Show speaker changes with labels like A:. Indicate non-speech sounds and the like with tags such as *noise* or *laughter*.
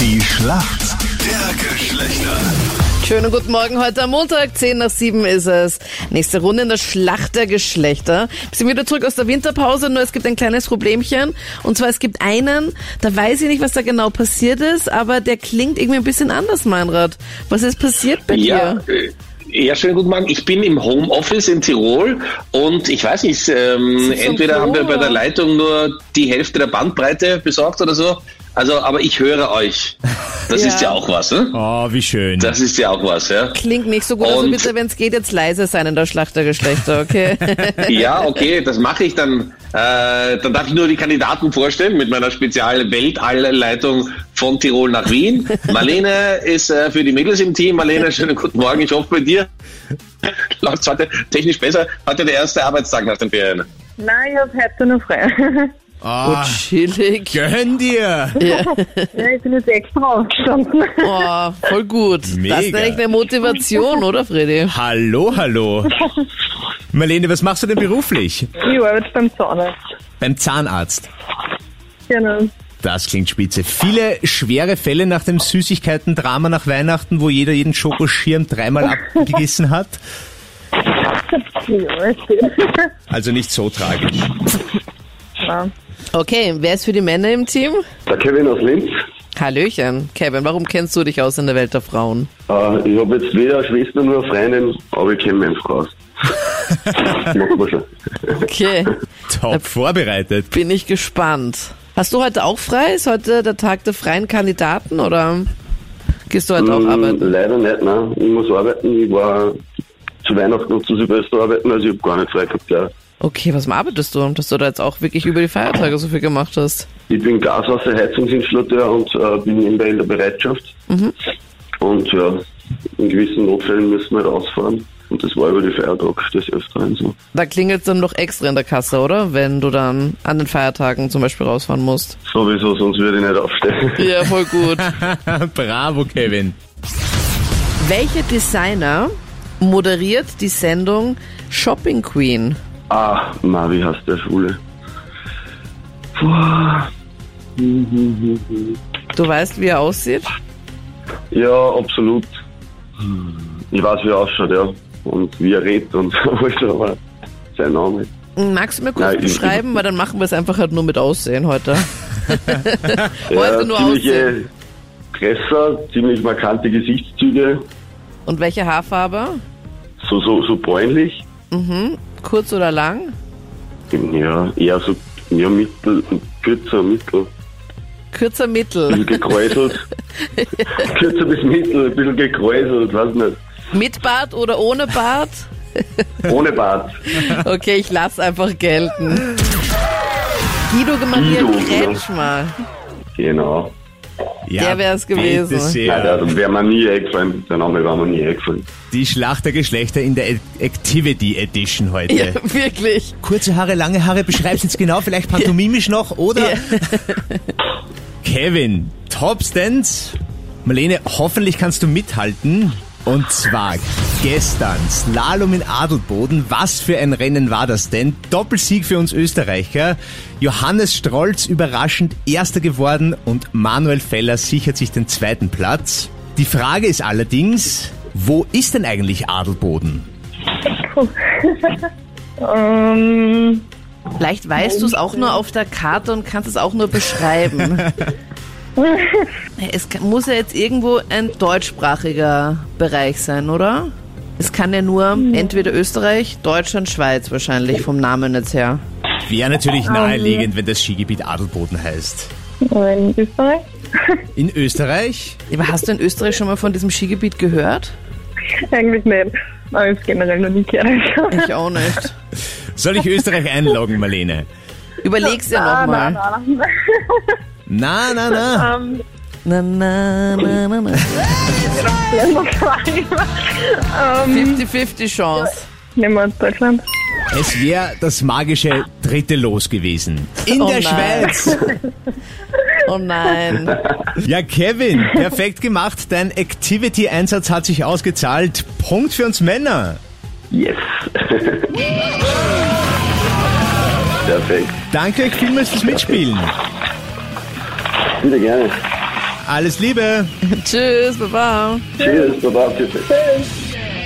A: Die Schlacht der Geschlechter.
B: Schönen guten Morgen heute am Montag, 10 nach 7 ist es. Nächste Runde in der Schlacht der Geschlechter. Wir sind wieder zurück aus der Winterpause, nur es gibt ein kleines Problemchen. Und zwar, es gibt einen, da weiß ich nicht, was da genau passiert ist, aber der klingt irgendwie ein bisschen anders, Meinrad. Was ist passiert bei
C: Ja,
B: dir?
C: äh, ja, schönen guten Morgen. Ich bin im Homeoffice in Tirol und ich weiß nicht, ähm,
B: Sitzt am
C: entweder
B: Klo,
C: haben wir bei
B: oder?
C: der Leitung nur die Hälfte der Bandbreite besorgt oder so. Also, aber ich höre euch.
B: *laughs*
C: Das
B: Ja.
C: ist ja auch was, ne?
D: Oh, wie schön.
C: Das ist ja auch was, ja.
B: Klingt nicht so gut, also
C: Und-
B: bitte, wenn es geht, jetzt leise sein in der Schlacht der Geschlechter,
C: *laughs*
B: okay?
C: Ja, okay, das mache ich dann. Äh, dann darf ich nur die Kandidaten vorstellen mit meiner speziellen Weltallleitung von Tirol nach Wien. Marlene ist äh, für die Mädels im Team. Marlene, schönen guten Morgen. Ich hoffe, bei dir läuft heute technisch besser. Heute der erste Arbeitstag nach den Ferien.
E: Nein, ich habe heute noch frei. *laughs*
D: Ah,
B: Chillig.
D: gönn dir.
E: Ja, ich bin jetzt extra aufgestanden.
B: Oh, voll gut. Das ist
D: Mega.
B: eigentlich eine Motivation, oder, Freddy?
D: Hallo, hallo. Marlene, was machst du denn beruflich?
E: Ich arbeite beim Zahnarzt.
D: Beim Zahnarzt.
E: Genau.
D: Das klingt spitze. Viele schwere Fälle nach dem Süßigkeiten-Drama nach Weihnachten, wo jeder jeden Schokoschirm dreimal abgegessen hat.
E: Ja, es geht.
D: Also nicht so tragisch.
E: *laughs* Nein.
B: Okay, wer ist für die Männer im Team?
F: Der Kevin aus Linz.
B: Hallöchen, Kevin, warum kennst du dich aus in der Welt der Frauen?
F: Äh, ich habe jetzt weder eine Schwester noch eine Freundin, aber ich kenne einfach *laughs* aus. Macht man schon.
B: Okay, Äh.
D: Top
B: *laughs*
D: vorbereitet. *laughs*
B: bin ich gespannt. Hast du heute auch frei? Ist heute der Tag der freien Kandidaten oder gehst du heute auch
F: Mm,
B: arbeiten?
F: Leider nicht, nein. Ich muss arbeiten. Ich war zu Weihnachten und zu Silvester arbeiten, also ich habe gar nicht frei gehabt. Ja.
B: Okay, was arbeitest du, dass du da jetzt auch wirklich über die Feiertage so viel gemacht hast?
F: Ich bin Gaswasserheizungsinstallateur und äh, bin nebenbei in der Bereitschaft. Und ja, in gewissen Notfällen müssen wir rausfahren. Und das war über die Feiertage des Öfteren so.
B: Da klingelt es dann noch extra in der Kasse, oder? Wenn du dann an den Feiertagen zum Beispiel rausfahren musst.
F: Sowieso, sonst würde ich nicht aufstehen.
B: Ja, voll gut.
D: Bravo, Kevin.
B: *laughs* Welcher Designer moderiert die Sendung Shopping Queen?
F: Ah, ma, wie heißt der Schwule?
B: Du weißt, wie er aussieht?
F: Ja, absolut. Ich weiß, wie er ausschaut, ja. Und wie er redet und *laughs* alles, aber sein Name.
B: Magst du mir kurz
F: Nein, ich-
B: beschreiben? Weil dann machen wir es einfach halt nur mit Aussehen
F: *laughs*
B: heute. heute nur Aussehen.
F: ziemliche Presser, ziemlich markante Gesichtszüge, äh,
B: Und welche Haarfarbe?
F: so, so, so bräunlich.
B: Kurz oder lang?
F: Ja, eher so, ja, mittel, kürzer, mittel.
B: Kürzer
F: Ein bisschen
B: Mittel.
F: gekräuselt.
B: *laughs*
F: kürzer bis mittel, ein bisschen gekräuselt, weiß nicht.
B: Mit Bart oder ohne Bart?
F: Ohne Bart.
B: Okay, ich lass einfach gelten. Guido Maria
F: Guido,
B: Kretschmer.
F: Genau.
D: Ja,
B: Der wär's gewesen.
D: bitte
F: Ja.
D: sehr.
F: Nein, der wäre mir nie eingefallen. Der Name war mir nie eingefallen.
D: Die Schlacht der Geschlechter in der Activity Edition heute.
B: Ja, *laughs* wirklich.
D: kurze Haare, lange Haare, beschreib's jetzt genau, vielleicht pantomimisch noch, oder? *laughs* Kevin, Top Stance. Marlene, hoffentlich kannst du mithalten. Und zwar gestern Slalom in Adelboden. Was für ein Rennen war das denn? Doppelsieg für uns Österreicher. Johannes Strolz überraschend erster geworden und Manuel Feller sichert sich den zweiten Platz. Die Frage ist allerdings, wo ist denn eigentlich Adelboden?
E: Ähm,
B: Vielleicht weißt du es auch nur auf der Karte und kannst es auch nur *laughs* beschreiben. es kann- muss ja jetzt irgendwo ein deutschsprachiger Bereich sein, oder? Es kann ja nur entweder Österreich, Deutschland, Schweiz wahrscheinlich vom Namen jetzt her.
D: Wäre natürlich
B: Oh,
D: naheliegend, wenn das Skigebiet Adelboden heißt.
E: in Österreich?
D: In Österreich?
B: Aber hast du in Österreich schon mal von diesem Skigebiet gehört?
E: Eigentlich nicht. Aber ich hab generell noch nie gehört. *laughs*
B: Ich auch nicht.
D: Soll ich
B: *laughs*
D: Österreich einloggen, Marlene?
B: Überleg's dir
E: Ah, nein,
B: nochmal.
D: Na,
E: nein, nein.
D: na, na.
E: Ähm,
B: Na, na, na, na, *laughs* na.
E: bleiben wir frei. Ähm,
B: 50-50 Chance.
E: nehmen wir uns Deutschland.
D: Es wäre das magische dritte Los gewesen. In
B: Oh
D: der
B: nein.
D: Schweiz.
B: Oh nein. *laughs*
D: Ja, Kevin, perfekt gemacht. Dein Activity-Einsatz hat sich ausgezahlt. Punkt für uns Männer.
F: Yes. *laughs* Perfekt.
D: Danke euch vielmals fürs Mitspielen.
F: Wieder gerne.
G: Alles Liebe!
H: Tschüss, Baba.
B: Tschüss, baba, tschüss.
F: Tschüss.